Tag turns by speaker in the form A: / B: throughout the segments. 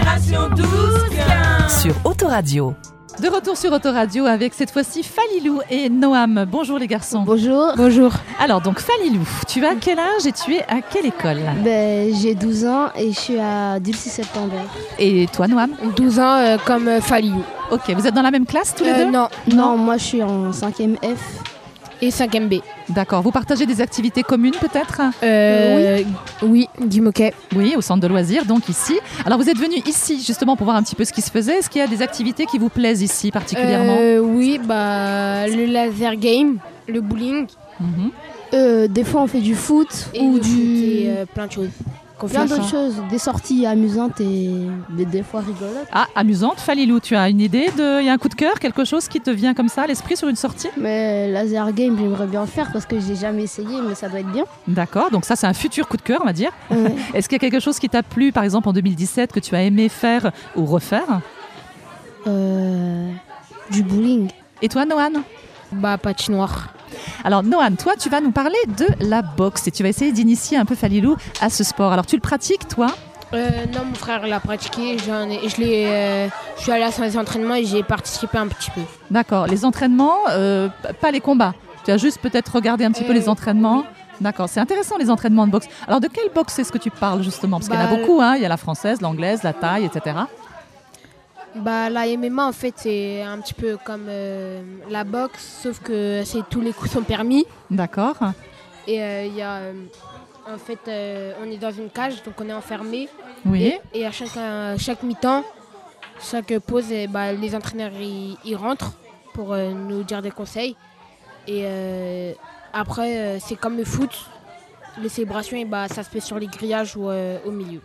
A: Attention 12
B: sur Autoradio.
C: De retour sur Autoradio avec cette fois-ci Falilou et Noam. Bonjour les garçons.
D: Bonjour,
C: Bonjour. Alors donc Falilou, tu as quel âge et tu es à quelle école
D: ben, j'ai 12 ans et je suis à Dulcie Septembre.
C: Et toi Noam
E: 12 ans euh, comme euh, Faliou.
C: Ok, vous êtes dans la même classe tous les
E: Euh,
C: deux
E: non,
D: Non, moi je suis en 5ème F.
E: et 5ème B.
C: D'accord, vous partagez des activités communes peut-être
E: Euh, oui, Guy Moquet.
C: Oui, au centre de loisirs, donc ici. Alors vous êtes venu ici justement pour voir un petit peu ce qui se faisait. Est-ce qu'il y a des activités qui vous plaisent ici particulièrement
E: Euh, oui, bah, le laser game, le bowling
C: Mhm.
D: Euh, des fois on fait du foot
E: et,
D: ou
E: le foot
D: du.
E: et, euh, plein de choses. qu'on hein.
D: plein
E: fait.
D: d'autres choses, des sorties amusantes et des, des fois rigolotes.
C: Ah, amusante, Falilou, tu as une idée de... Il y a un coup de cœur, quelque chose qui te vient comme ça à l'esprit sur une sortie
D: Mais euh, laser game, j'aimerais bien le faire parce que j'ai jamais essayé, mais ça doit être bien.
C: D'accord, donc ça c'est un futur coup de cœur, on va dire.
D: Ouais.
C: Est-ce qu'il y a quelque chose qui t'a plu, par exemple en 2017, que tu as aimé faire ou refaire
D: Euh, du bowling.
C: Et toi, Noan
E: Bah, patinoire.
C: Alors, Noan, toi, tu vas nous parler de la boxe et tu vas essayer d'initier un peu Falilou à ce sport. Alors, tu le pratiques, toi
E: Euh, non, mon frère l'a pratiqué. J'en ai, je l'ai, euh, je suis allée à ses entraînements et j'ai participé un petit peu.
C: D'accord, les entraînements, euh, p- pas les combats. Tu as juste peut-être regardé un petit peu
E: Euh,
C: les entraînements. D'accord, c'est intéressant les entraînements de boxe. Alors, de quelle boxe est-ce que tu parles justement Parce qu'il y en a
E: Bah,
C: beaucoup, hein. il y a la française, l'anglaise, la taille, etc.
E: Bah, la MMA, en fait, c'est un petit peu comme euh, la boxe, sauf que euh, c'est tous les coups sont permis.
C: D'accord.
E: Et euh, il y a. euh, en fait, euh, on est dans une cage, donc on est enfermé.
C: Oui.
E: Et à chaque, euh, chaque mi-temps, chaque pause, eh ben, les entraîneurs ils ils rentrent pour euh, nous dire des conseils. Et euh, après, euh, c'est comme le foot. Les célébrations, eh ben, ça se fait sur les grillages ou euh, au milieu.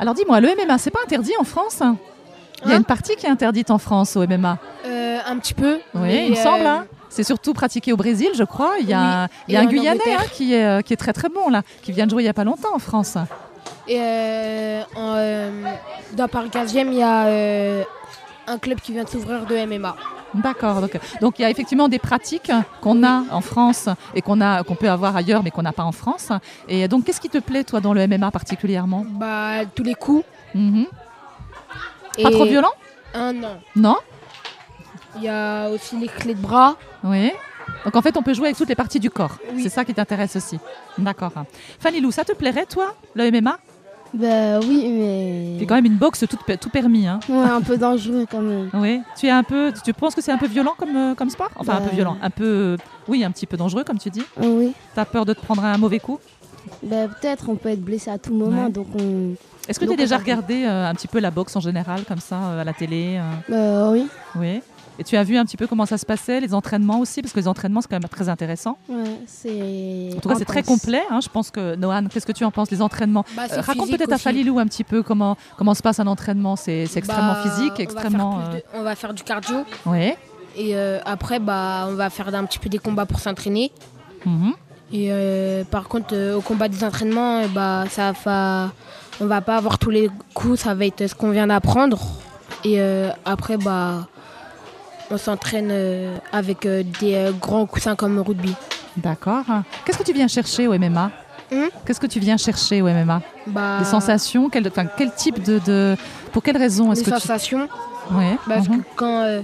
C: Alors, dis-moi, le MMA, c'est pas interdit en France Il y a
E: Hein
C: une partie qui est interdite en France au MMA.
E: Euh, un petit peu.
C: Oui,
E: mais,
C: il me
E: euh,
C: semble. hein. C'est surtout pratiqué au Brésil, je crois. Il y a, il y a
E: et
C: un
E: en
C: Guyanais
E: Angleterre.
C: hein, qui, est, euh, qui est très très bon là, qui vient de jouer il n'y a pas longtemps en France.
E: Et euh, en, euh, dans Paris 15e, il y a euh, un club qui vient de s'ouvrir de MMA.
C: D'accord. Donc, donc il y a effectivement des pratiques qu'on a en France et qu'on a qu'on peut avoir ailleurs, mais qu'on n'a pas en France. Et donc, qu'est-ce qui te plaît toi dans le MMA particulièrement
E: Bah, tous les coups.
C: Mhm. Pas
E: Et-
C: trop violent
E: Ah, non.
C: Non.
E: Il y a aussi les clés de bras.
C: Oui. Donc en fait, on peut jouer avec toutes les parties du corps.
E: Oui.
C: C'est ça qui t'intéresse aussi. D'accord. Fanilou, ça te plairait toi le MMA
D: Bah oui, mais.
C: C'est quand même une boxe tout, tout permis. Hein.
D: Ouais, un peu dangereux quand même.
C: Oui, tu es un peu, tu penses que c'est un peu violent comme, euh, comme sport Enfin, un peu
D: Bah.
C: violent, un peu, oui, un petit peu dangereux comme tu dis.
D: Ah Oui.
C: T'as peur de te prendre un mauvais coup
D: Bah, peut-être on peut être blessé à tout moment,
C: Ouais.
D: donc on.
C: Est-ce que tu as
D: Non, pas
C: déjà
D: du tout.
C: regardé euh, un petit peu la boxe en général, comme ça, euh, à la télé euh,
D: Bah oui.
C: Oui. Et tu as vu un petit peu comment ça se passait, les entraînements aussi, parce que les entraînements, c'est quand même très intéressant.
D: Ouais, c'est.
C: En tout cas, c'est très
D: intense.
C: complet. hein. Je pense que, Noan, qu'est-ce que tu en penses, les entraînements
E: Bah,
C: Euh,
E: c'est
C: Raconte
E: physique
C: peut-être à
E: aussi.
C: Falilou un petit peu comment, comment se passe un entraînement. C'est c'est extrêmement
E: Bah,
C: physique,
E: on va
C: extrêmement.
E: faire plus de- On va faire du cardio
C: euh, Oui.
E: et euh, après bah on va faire un petit peu des combats pour s'entraîner.
C: Mhm.
E: Et euh, par contre euh, au combat des entraînements eh bah ça va on va pas avoir tous les coups, ça va être ce qu'on vient d'apprendre. Et euh, après bah on s'entraîne euh, avec euh, des euh, grands coussins comme au rugby.
C: D'accord. Qu'est-ce que tu viens chercher au MMA
E: Hum
C: Qu'est-ce que tu viens chercher au MMA
E: Bah
C: Des sensations quel, enfin, quel type de, de- Pour quelles raisons
E: les
C: est-ce que tu...
E: sensations
C: Ouais,
E: parce
C: mhm,
E: que quand euh,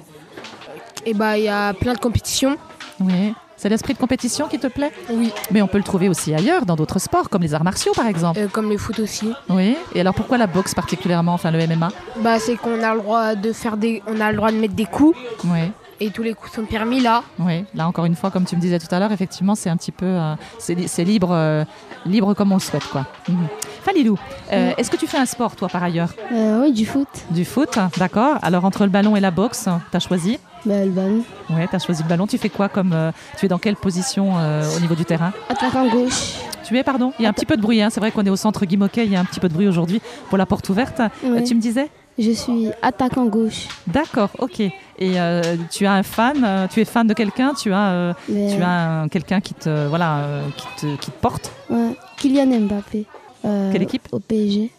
E: eh bah il y a plein de compétitions.
C: ouais. C'est l'esprit de compétition qui te plaît
E: Oui,
C: Mais on peut le trouver aussi ailleurs, dans d'autres sports, comme les arts martiaux par exemple.
E: euh, comme le foot aussi.
C: Oui. Et alors pourquoi la boxe particulièrement, enfin le MMA
E: Bah c'est qu'on a le droit de faire des on a le droit de mettre des coups
C: Oui.
E: et tous les coups sont permis là.
C: Oui, là encore une fois, comme tu me disais tout à l'heure, effectivement, c'est un petit peu, euh, c'est li- c'est libre, euh, libre comme on le souhaite, quoi. Mhm. Falilou, euh, est-ce que tu fais un sport, toi, par ailleurs
D: Euh, oui, du foot.
C: Du foot, hein, d'accord Alors entre le ballon et la boxe, t'as choisi
D: Bah, le ballon.
C: Ouais, t'as choisi le ballon. Tu fais quoi comme, euh, tu es dans quelle position euh, au niveau du terrain
D: Attaquant gauche.
C: Tu es, pardon Il y a un petit peu de bruit, hein. c'est vrai qu'on est au centre Guy Moquet, il y a un petit peu de bruit aujourd'hui pour la porte ouverte. Euh,
D: Ouais.
C: Tu me disais
D: Je suis attaquant gauche.
C: D'accord, ok. Et euh, tu as un fan, euh, tu es fan de quelqu'un, tu as, euh,
D: Mais,
C: tu as un- quelqu'un qui te, voilà, euh, qui te, qui te porte.
D: ouais. Kylian Mbappé. euh,
C: Quelle équipe
D: Au PSG.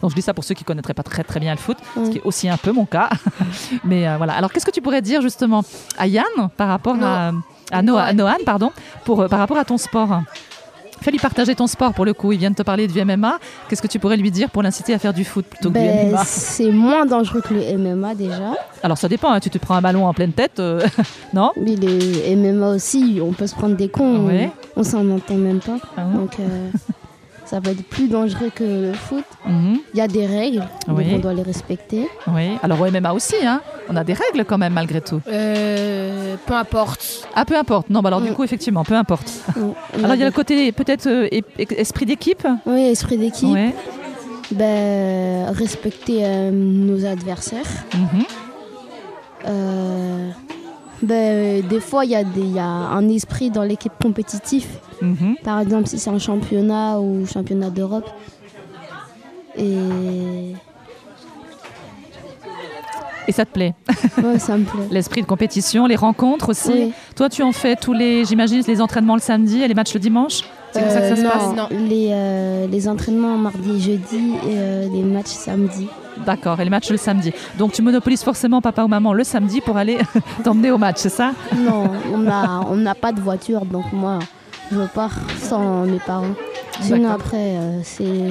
C: Donc je dis ça pour ceux qui connaîtraient pas très très bien le foot, ce
D: Ouais.
C: qui est aussi un peu mon cas. Mais euh, voilà. Alors qu'est-ce que tu pourrais dire justement à Yann par rapport à, à, Noa- à Noan, pardon, pour, euh, par rapport à ton sport Fais lui partager ton sport pour le coup. Il vient de te parler du MMA. Qu'est-ce que tu pourrais lui dire pour l'inciter à faire du foot plutôt que du
D: Ben,
C: MMA
D: c'est moins dangereux que le MMA déjà.
C: Alors ça dépend. hein, Tu te prends un ballon en pleine tête, euh, non
D: Mais le MMA aussi, on peut se prendre des cons.
C: Ouais.
D: On, on s'en entend même pas.
C: Ah,
D: Donc euh, ça peut être plus dangereux que le foot.
C: mhm,
D: Il y a des règles, donc
C: Oui.
D: on doit les respecter.
C: Oui. Alors au MMA aussi, hein, on a des règles quand même malgré tout.
E: Euh, peu importe.
C: Ah, peu importe. Non, bah alors du
D: Mm.
C: coup, effectivement, peu importe.
D: On- on
C: Alors il y
D: des-
C: a le côté peut-être euh, ép- esprit d'équipe.
D: Oui, esprit d'équipe.
C: Ouais.
D: Ben, respecter euh, nos adversaires.
C: Mhm.
D: Euh, ben, des fois, il y, a des- il y a un esprit dans l'équipe compétitif.
C: Mhm.
D: Par exemple, si c'est un championnat ou championnat d'Europe. Et
C: Et ça te plaît
D: ouais, ça me plaît.
C: L'esprit de compétition, les rencontres aussi.
D: Oui.
C: Toi, tu en fais tous les, j'imagine, les entraînements le samedi et les matchs le dimanche. C'est comme ça que ça
D: Euh,
C: se passe.
D: non, Les, euh, les entraînements mardi et jeudi et euh, les matchs samedi.
C: D'accord. Et les matchs le samedi. Donc tu monopolises forcément papa ou maman le samedi pour aller t'emmener au match, c'est ça
D: Non, on a- on n'a pas de voiture, donc moi, je pars sans mes parents. Sinon,
C: D'accord.
D: après, euh, c'est.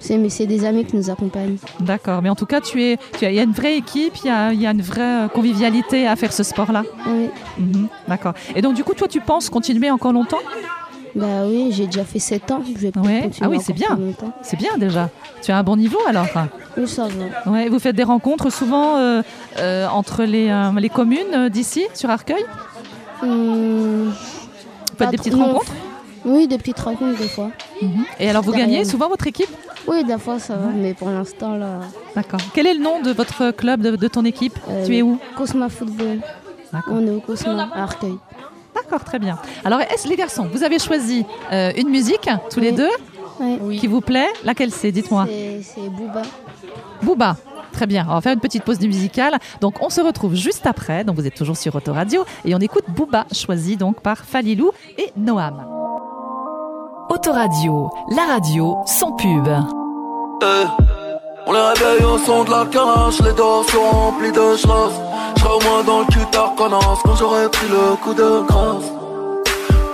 D: C'est, mais c'est des amis qui nous accompagnent.
C: D'accord. Mais en tout cas, tu es, tu as- il y a une vraie équipe, il y a, il y a une vraie euh, convivialité à faire ce sport-là.
D: Oui.
C: Mhm. D'accord. Et donc du coup, toi, tu penses continuer encore longtemps
D: Bah oui, j'ai déjà fait 7 ans. Je vais peut-être
C: Ouais.
D: continuer
C: Ah oui,
D: encore
C: c'est bien.
D: plus longtemps.
C: C'est bien déjà. Tu as un bon niveau alors.
D: Oui, ça va.
C: Ouais, vous faites des rencontres souvent euh, euh, entre les, euh, les communes euh, d'ici, sur Arcueil
D: Hum,
C: Vous
D: Pas
C: faites des
D: trop,
C: petites
D: non.
C: rencontres
D: oui, des petites rencontres des fois.
C: Mhm. Et alors vous
D: Derrière.
C: gagnez souvent votre équipe
D: Oui, des fois ça va, mais pour l'instant là.
C: D'accord. Quel est le nom de votre club, de, de ton équipe
D: euh,
C: Tu es où
D: Cosma Football.
C: D'accord.
D: On est au Cosma à Arcueil.
C: D'accord, très bien. Alors est-ce les garçons, vous avez choisi euh, une musique, tous les
D: Oui.
C: deux,
D: Ouais.
E: Oui.
C: qui vous plaît Laquelle c'est Dites-moi.
D: C'est, c'est Booba.
C: Booba. Très bien, on va faire une petite pause musicale. Donc on se retrouve juste après, donc vous êtes toujours sur Autoradio, et on écoute Booba, choisi donc par Falilou et Noam.
F: Autoradio, la radio sans pub.
G: Eh, On les réveille au son de la carache, les dents sont remplis de chasse. J'serai au moins dans le cul tard connasse quand j'aurai pris le coup de grâce.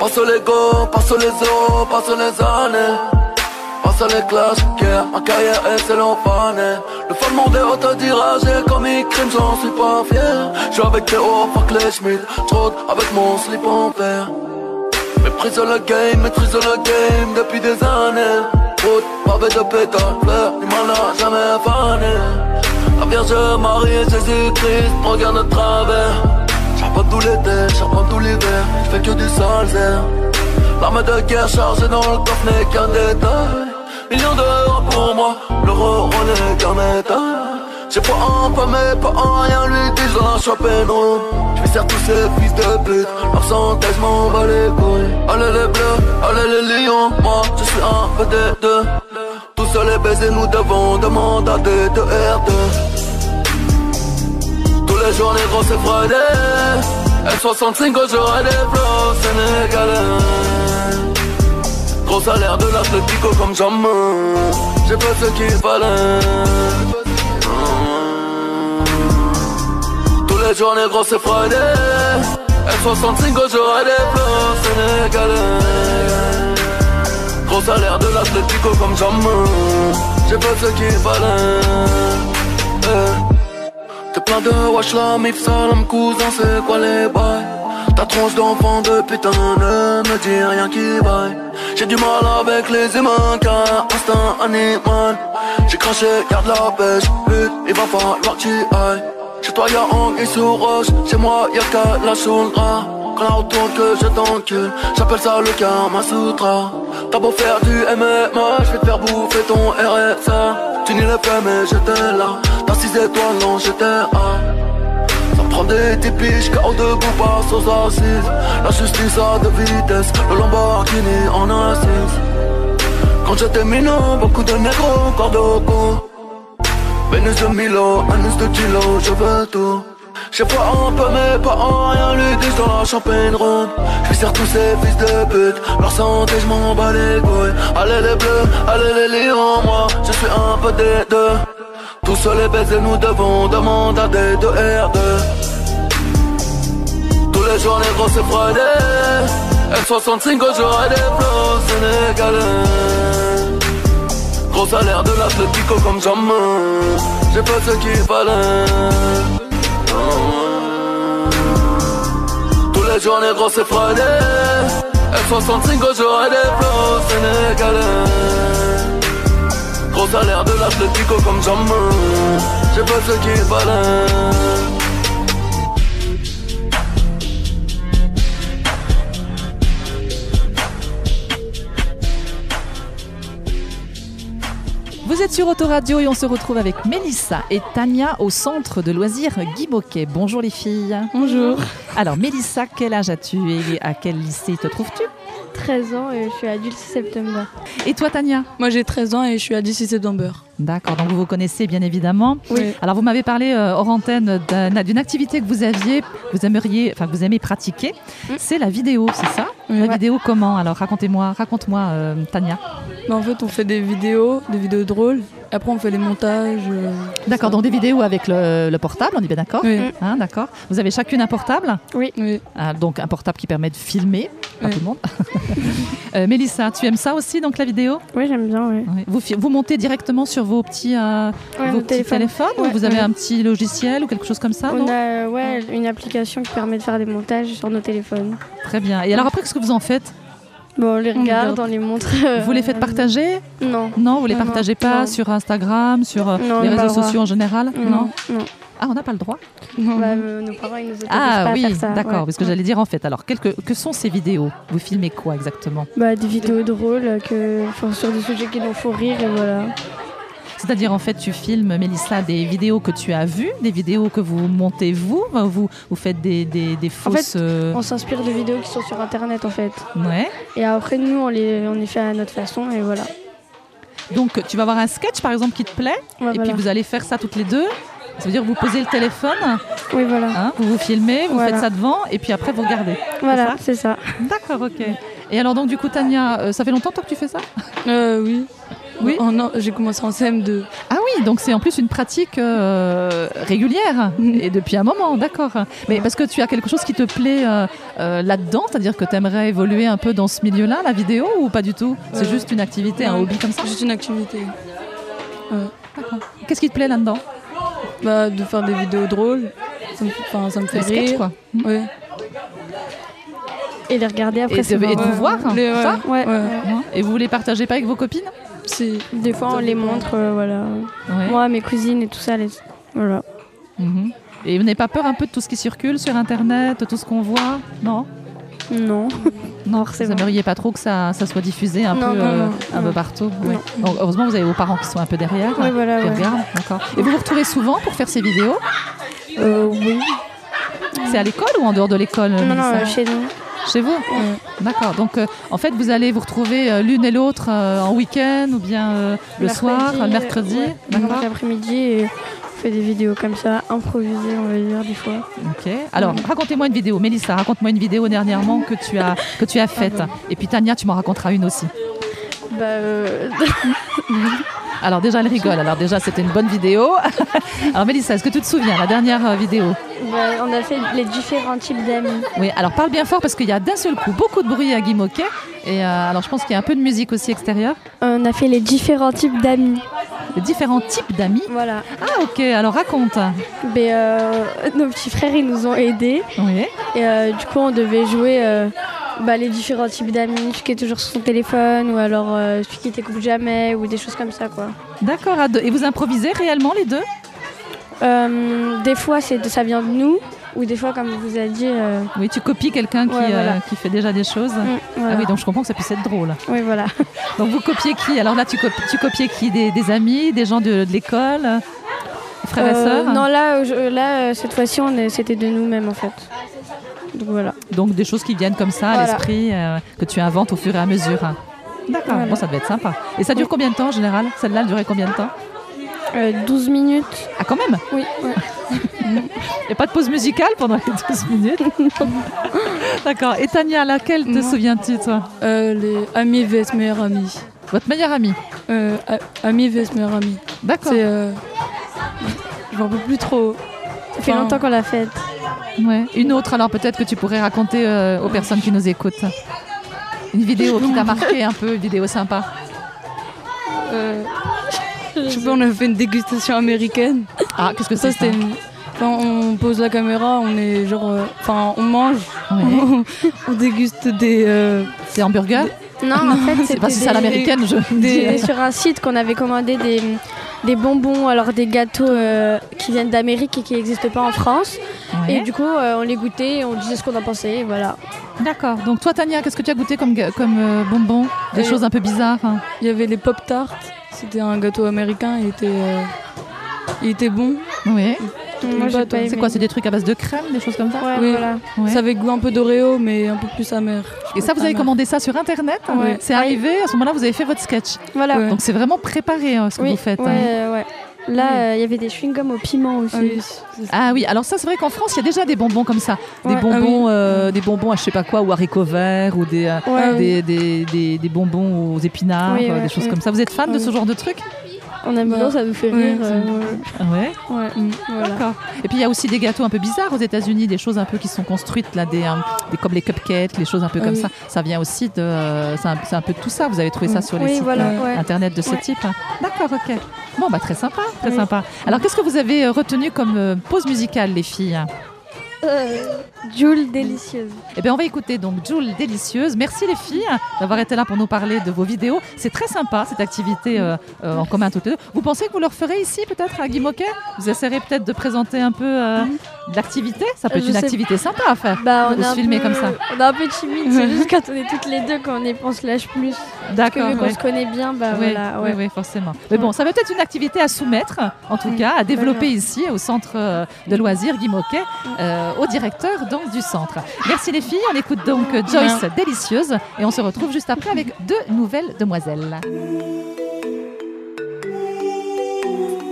G: Passe les go, passe les os, passe les années. Passe les clashs, yeah. ma carrière est cellophanée. Le fan monde est autodirigé, comme il crime, j'en suis pas fier. J'suis avec Théo, fuck les Schmitt, j'rôde avec mon slip en verre. Méprise le game, maîtrise le game depuis des années. Route, pavé de pétard, fleur, du mal n'a jamais fané. La Vierge Marie et Jésus-Christ me regardent de travers. Charbonne tout l'été, charbonne tout l'hiver, j'fais que du sale zère. L'arme de guerre chargée dans le coffre n'est qu'un détail. Millions d'euros pour moi, l'euro n'est qu'un métal. J'ai pas en pas mais pas en rien, lui dis j'en chopé non Je sers tous ces fils de pute, leur santé je m'en bats les couilles Allez les bleus, allez les lions, moi je suis un peu des deux Tous seuls les baisers nous devons demander à des deux R2 Tous les jours les gros c'est Friday F65 j'aurai des flots sénégalais Gros salaire de l'Atlético comme jamais J'ai fait ce qu'il fallait tous les jours les gros c'est Friday F65 j'aurai des plans sénégalais Gros salaire de l'Atlético comme jamais J'ai pas ce qu'il fallait Eh. T'es plein de wesh la mif salam cousin c'est quoi les bails Ta tronche d'enfant de putain ne me dis rien qui baille J'ai du mal avec les humains car instinct animal J'ai craché, garde la pêche, but il va falloir que tu ailles Chez toi y'a anguille sous roche, chez moi y'a qu'à la choundra Quand la retourne que je t'encule, j'appelle ça le karma sutra T'as beau faire du MMA, j'vais te faire bouffer ton RSA Tu n'y l'as pas mais j'étais là, t'as 6 étoiles, non j'étais à ça prend des typiques, car debout passe aux assises La justice à deux vitesses, le Lamborghini en assise Quand j'étais minot, beaucoup de négros, corps de con Vénus de Milo, Anus de Kilo, je veux tout J'ai pas un peu mais pas en rien, lui dis dans la champagne ronde Je sers tous ces fils de pute, leur santé je m'en bats les couilles Allez les bleus, allez les lions, moi je suis un peu des deux Tous seuls les baisers nous devons demander à des deux R2 tous les jours les gros c'est Friday F65, j'aurai des flots sénégalais. Gros salaire de l'Atlético comme jamais. J'ai pas ce qu'il fallait. Tous les jours, les gros, c'est Friday. F65, j'aurai des flots sénégalais. Gros salaire de l'Atlético comme jamais. J'ai pas ce qu'il fallait.
C: Vous êtes sur Autoradio et on se retrouve avec Mélissa et Tania au centre de loisirs Guy Boquet. Bonjour les filles.
H: Bonjour.
C: Alors Mélissa, quel âge as-tu et à quel lycée te trouves-tu
H: 13 ans et je suis adulte septembre.
C: Et toi Tania
H: Moi j'ai 13 ans et je suis adulte septembre.
C: D'accord, donc vous vous connaissez bien évidemment.
H: Oui.
C: Alors vous m'avez parlé euh, hors antenne d'un- d'une activité que vous aviez, vous aimeriez, enfin que vous aimez pratiquer.
H: Hum.
C: C'est la vidéo, c'est ça La vidéo comment Alors racontez-moi, raconte-moi euh, Tania.
H: Mais en fait on fait des vidéos, des vidéos drôles. Après on fait les montages. euh,
C: D'accord,
H: ça.
C: donc des vidéos avec le, le portable, on est bien d'accord
H: Oui. Mm.
C: Hein, D'accord. Vous avez chacune un portable
H: Oui.
C: Ah, Donc un portable qui permet de filmer, pas
H: Oui.
C: tout le monde. Euh, Mélissa, tu aimes ça aussi, donc la vidéo
I: Oui, j'aime bien, oui.
C: Oui. Vous, fi- vous montez directement sur vos petits, euh,
I: Ouais,
C: vos
I: nos
C: petits
I: téléphones.
C: téléphones ou
I: Ouais,
C: vous avez
H: ouais.
C: un petit logiciel ou quelque chose comme ça
I: On
C: non
I: a euh, ouais, une application qui permet de faire des montages sur nos téléphones.
C: Très bien. Et alors après, qu'est-ce que vous en faites
I: Bon, on les
H: On regarde.
I: regarde, on les montre. euh,
C: Vous les faites partager
I: Non.
C: Non, vous les
I: Non, non,
C: partagez pas
I: non.
C: sur Instagram, sur euh,
I: Non, on
C: les
I: n'a pas le
C: réseaux
I: droit.
C: sociaux en général
I: Non. non.
C: Ah, on n'a pas le droit
I: Bah, euh, nos parents, ils nous autorisent pas
C: Ah
I: à
C: oui,
I: faire ça.
C: d'accord.
I: ouais. Mm.
C: Parce que j'allais dire en fait, alors, quelque- que sont ces vidéos Vous filmez quoi exactement
I: Bah, des vidéos drôles euh, que, enfin, sur des sujets qui nous font rire et voilà.
C: C'est-à-dire en fait, tu filmes, Mélissa, des vidéos que tu as vues, des vidéos que vous montez vous, vous, vous faites des, des, des fausses... euh,
I: On s'inspire de vidéos qui sont sur internet en fait.
C: Ouais.
I: Et après, nous, on les, on les fait à notre façon et voilà.
C: Donc tu vas voir un sketch par exemple qui te plaît,
I: Ouais,
C: et
I: voilà.
C: puis vous allez faire ça toutes les deux. Ça veut dire que vous posez le téléphone,
I: Oui, voilà.
C: hein, vous vous filmez, vous
I: Voilà.
C: faites ça devant, et puis après vous regardez.
I: voilà, c'est ça.
C: D'accord, ok. Et alors donc du coup Tania, euh, ça fait longtemps toi, que tu fais ça
H: Euh, oui.
C: Oui.
H: Oh, non, j'ai commencé en CM2.
C: Ah oui, donc c'est en plus une pratique euh, régulière
H: Mhm.
C: et depuis un moment, d'accord. Mais parce que tu as quelque chose qui te plaît euh, euh, là-dedans, c'est-à-dire que tu aimerais évoluer un peu dans ce milieu-là, la vidéo ou pas du tout C'est
H: Euh,
C: juste une activité, un
H: non.
C: hobby comme ça
H: Juste une activité.
C: D'accord. Qu'est-ce qui te plaît là-dedans
H: Bah, de faire des vidéos drôles. Ça me, enfin, ça me fait
C: Les
H: rire.
C: sketchs quoi. Mhm.
H: Ouais.
I: Et les regarder après,
C: Et
I: c'est
C: de, et de
I: marrant.
C: vous voir,
H: Les- ouais.
C: ça
I: Ouais.
H: Ouais.
C: Hein Et vous les partagez pas avec vos copines
H: Si.
I: Des fois, on les montre, euh, voilà.
C: Ouais.
I: Moi, mes cousines et tout ça, les... voilà.
C: Mhm. Et vous n'avez pas peur un peu de tout ce qui circule sur Internet, de tout ce qu'on voit Non Euh,
I: Non.
C: Non, vous
I: forcément.
C: n'aimeriez pas trop que ça, ça soit diffusé un,
I: Non,
C: peu,
I: non,
C: euh,
I: non,
C: un
I: non.
C: peu partout ouais.
I: Non.
C: Donc, Heureusement, vous avez vos parents qui sont un peu derrière.
I: Oui, voilà,
C: qui
I: ouais.
C: regardent, d'accord. Et vous vous retrouvez souvent pour faire ces vidéos
I: Euh, oui.
C: C'est à l'école ou en dehors de l'école
I: Non, non,
C: Mélissa
I: euh, chez nous.
C: Chez vous D'accord. Donc, euh, en fait, vous allez vous retrouver euh, l'une et l'autre euh, en week-end ou bien euh, le soir, le mercredi.
I: ouais,
C: D'accord.
I: donc L'après-midi, et on fait des vidéos comme ça, improvisées, on va dire, des fois.
C: Ok.
I: Mm.
C: Alors, racontez-moi une vidéo. Mélissa, raconte-moi une vidéo dernièrement que tu as, que
I: Ah
C: tu as faite. Et puis, Tania, tu m'en raconteras une aussi.
I: Bah, euh,
C: Alors, déjà, elle rigole. Alors, déjà, c'était une bonne vidéo. Alors, Mélissa, est-ce que tu te souviens, la dernière euh, vidéo
I: bah, on a fait les différents types d'amis.
C: Oui, alors parle bien fort parce qu'il y a d'un seul coup beaucoup de bruit à Guy Moquet. Et euh, alors je pense qu'il y a un peu de musique aussi extérieure.
I: On a fait les différents types d'amis.
C: Les différents types d'amis.
I: Voilà.
C: Ah ok, alors raconte.
I: Mais, euh, nos petits frères, ils nous ont aidés.
C: Oui.
I: Et euh, du coup, on devait jouer euh, bah, les différents types d'amis, celui qui est toujours sur son téléphone, ou alors euh, celui qui t'écoute jamais, ou des choses comme ça, quoi.
C: D'accord, à deux. Et vous improvisez réellement les deux
I: Euh, des fois, c'est de- ça vient de nous, ou des fois, comme on vous a dit, euh,
C: Oui, tu copies quelqu'un qui,
I: Ouais, voilà.
C: euh, qui fait déjà des choses.
I: mm, voilà.
C: Ah oui, donc je comprends que ça puisse être drôle.
I: Oui, voilà.
C: Donc vous copiez qui Alors là, tu, cop- tu copiais qui des, des amis, des gens de, de l'école euh, Frères et hein.
I: Euh,
C: sœurs
I: Non, là, euh, je- là euh, cette fois-ci, on est- c'était de nous-mêmes, en fait. Donc voilà.
C: Donc des choses qui viennent comme ça à
I: Voilà.
C: l'esprit, euh, que tu inventes au fur et à mesure. D'accord,
I: Voilà.
C: bon, ça devait être sympa. Et ça dure combien de temps en général Celle-là, elle durait combien de temps
I: Euh, 12 minutes.
C: Ah, quand même
I: Oui, ouais.
C: Et pas de pause musicale pendant les 12 minutes D'accord. Et Tania, laquelle te
H: Moi.
C: souviens-tu, toi
H: Euh, les amis vs meilleurs amis.
C: Votre meilleure amie
H: Euh, a- amis vs meilleurs amis.
C: D'accord.
H: C'est. euh, Je m'en peux plus trop.
I: Ça fait
H: Enfin,
I: longtemps qu'on l'a faite.
C: Ouais. Une autre, alors peut-être que tu pourrais raconter euh, aux personnes qui nous écoutent. Une vidéo qui t'a marqué un peu, une vidéo sympa.
H: Euh, je sais pas, on a fait une dégustation américaine.
C: Ah, qu'est-ce que
H: Ça,
C: c'est
H: c'était une. Enfin, on pose la caméra, on est genre. euh, Enfin, on mange,
C: Ouais.
H: on, on déguste des. euh,
C: C'est hamburger
I: Non, en fait,
C: C'est pas si c'est à
I: des-
C: l'américaine, je
I: des-
C: dis.
I: sur un site qu'on avait commandé des, des bonbons, alors des gâteaux euh, qui viennent d'Amérique et qui n'existent pas en France. Et
C: Ouais.
I: du coup, euh, on les goûtait, et on disait ce qu'on en pensait, et voilà.
C: D'accord. Donc toi, Tania, qu'est-ce que tu as goûté comme, ga- comme euh, bonbon Des
H: Euh,
C: choses un peu bizarres hein.
H: Il y avait les Pop Tarts, c'était un gâteau américain, il était. euh, il était bon.
C: Oui.
I: Moi, j'ai
H: Bah,
I: pas
H: toi,
I: aimé.
C: C'est quoi C'est des trucs à base de crème, des choses comme ça
I: Ouais,
H: Oui.
I: voilà.
C: Ouais.
H: Ça avait goût un peu d'Oreo, mais un peu plus amer.
C: Et ça, vous avez
H: Amer.
C: commandé ça sur Internet hein
H: Ah, Ouais.
C: C'est arrivé, à ce moment-là, vous avez fait votre sketch.
I: Voilà.
H: Ouais.
C: Donc c'est vraiment préparé hein, ce que
I: Oui,
C: vous faites.
I: ouais,
C: hein.
I: euh, ouais. Là, euh, il y avait des chewing-gums au piment aussi.
H: Ah oui, c'est ça.
C: Ah oui, alors ça c'est vrai qu'en France il y a déjà des bonbons comme ça, des
H: Ah
I: Ouais,
C: bonbons, euh, des bonbons à je sais pas quoi, ou haricots verts, ou des, euh,
I: Ouais.
C: des, des, des- des bonbons aux épinards,
I: Oui,
C: euh,
I: ouais,
C: des choses
I: ouais.
C: comme ça. Vous êtes fan de
H: Ouais.
C: ce genre de trucs
I: On aime
H: Bah,
I: bien, ça nous fait
H: ouais,
I: rire.
H: ça
I: euh,
H: nous
I: ouais.
C: Ouais.
I: Ouais,
H: Mm.
I: voilà.
C: D'accord. Et puis il y a aussi des gâteaux un peu bizarres aux États-Unis, des choses un peu qui sont construites là, des, euh, des- comme les cupcakes, les choses un peu
H: Ah
C: comme
H: oui.
C: ça. Ça vient aussi de, euh, c'est un, c'est un peu de tout ça. Vous avez trouvé ça sur les
I: Oui,
C: sites
I: voilà,
C: euh,
I: ouais.
C: internet de ce
I: Ouais.
C: type. hein. D'accord, ok. Bon bah très sympa, très
I: Oui.
C: sympa. Alors qu'est-ce que vous avez euh, retenu comme euh, pause musicale, les filles
I: Ah, Joule délicieuse.
C: Eh bien, on va écouter donc Joule Délicieuse. Merci les filles d'avoir été là pour nous parler de vos vidéos. C'est très sympa cette activité euh, euh, en commun toutes les deux. Vous pensez que vous le referez ici peut-être à Guimauquet Vous essaierez peut-être de présenter un peu euh, de l'activité Ça peut être
I: Euh, Je
C: une
I: sais
C: activité sympa à faire.
I: Bah,
C: De
I: on est
C: se
I: un
C: filmer
I: peu-
C: comme ça.
I: On est un peu timide, c'est juste quand on est toutes les deux qu'on est, on se lâche plus. Parce que
C: D'accord.
I: vu qu'on
C: ouais.
I: se connaît bien, bah
C: Oui,
I: voilà.
C: oui,
I: Ouais.
C: oui, forcément. Mais bon, ça va être une activité à soumettre, en tout cas, à développer ici au centre euh, de loisirs Guimauquet, euh, au directeur donc, du centre. Merci les filles, on écoute donc euh, Joyce Délicieuse et on se retrouve juste après avec deux nouvelles demoiselles.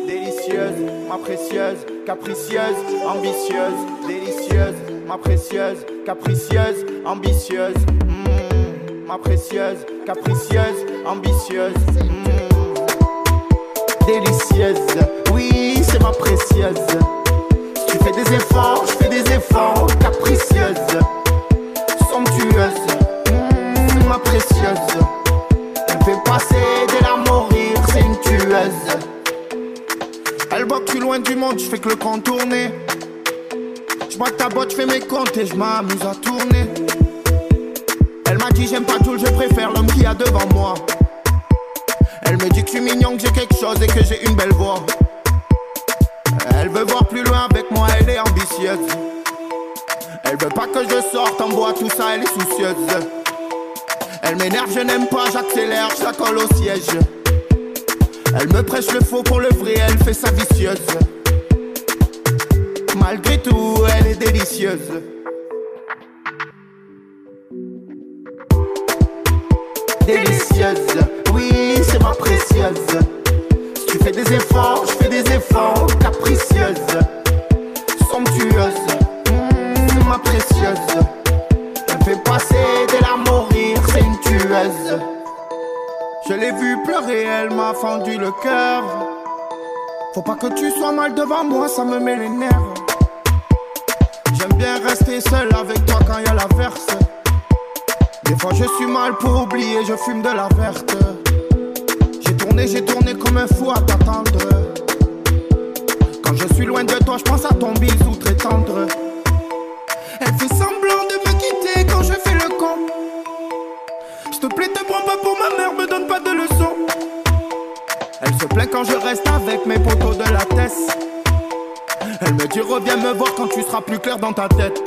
A: Délicieuse, ma précieuse, capricieuse, ambitieuse, délicieuse, ma précieuse, capricieuse, ambitieuse, Mm, ma précieuse, capricieuse, ambitieuse. Mm. Délicieuse, oui, c'est ma précieuse. Tu fais des efforts, je fais des efforts, capricieuse, somptueuse, Mm, c'est ma précieuse. Elle fait passer de la mourir, c'est une tueuse. Elle boit plus loin du monde, je fais que le contourner. Je bois ta botte, je fais mes comptes et je m'amuse à tourner. Elle m'a dit j'aime pas tout, je préfère l'homme qu'il y a devant moi. Elle me dit que je suis mignon, que j'ai quelque chose et que j'ai une belle voix. Elle veut voir plus loin avec moi, elle est ambitieuse. Elle veut pas que je sorte en bois, tout ça, elle est soucieuse. Elle m'énerve, je n'aime pas, j'accélère, je la colle au siège. Elle me prêche le faux pour le vrai, elle fait sa vicieuse. Malgré tout, elle est délicieuse. Délicieuse, oui, c'est ma précieuse. Tu fais des efforts, je fais des efforts, capricieuse, somptueuse, Mm, c'est ma précieuse. Elle fait passer de la mourir, c'est une tueuse. Je l'ai vue pleurer, elle m'a fendu le cœur. Faut pas que tu sois mal devant moi, ça me met les nerfs. J'aime bien rester seul avec toi quand y a la verse. Des fois je suis mal pour oublier, je fume de la verte. J'ai tourné, j'ai tourné comme un fou à t'attendre. Quand je suis loin de toi, je pense à ton bisou très tendre. Elle fait semblant de me quitter quand je fais le con. S'il te plaît, te prends pas pour ma mère, me donne pas de leçons. Elle se plaint quand je reste avec mes poteaux de la tête. Elle me dit reviens me voir quand tu seras plus clair dans ta tête.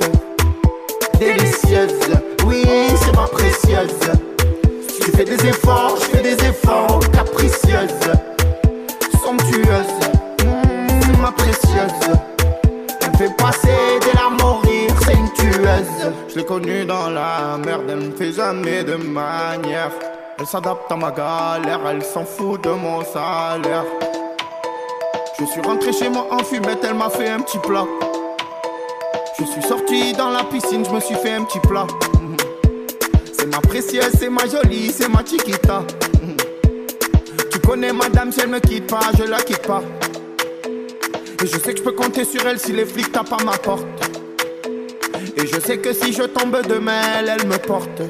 A: Délicieuse, oui, c'est ma précieuse. Tu fais des efforts, je fais des efforts, capricieuse, somptueuse, Mm, c'est ma précieuse. Elle fait passer de la mourir, c'est une tueuse. Je l'ai connue dans la merde, elle ne fait jamais de manière. Elle s'adapte à ma galère, elle s'en fout de mon salaire. Je suis rentré chez moi en fumette, elle m'a fait un petit plat. Je suis sorti dans la piscine, je me suis fait un petit plat. Mhm. C'est ma précieuse, c'est ma jolie, c'est ma chiquita. Mhm. Tu connais madame, si elle me quitte pas, je la quitte pas. Et je sais que je peux compter sur elle si les flics tapent à ma porte. Et je sais que si je tombe demain, elle, elle me porte.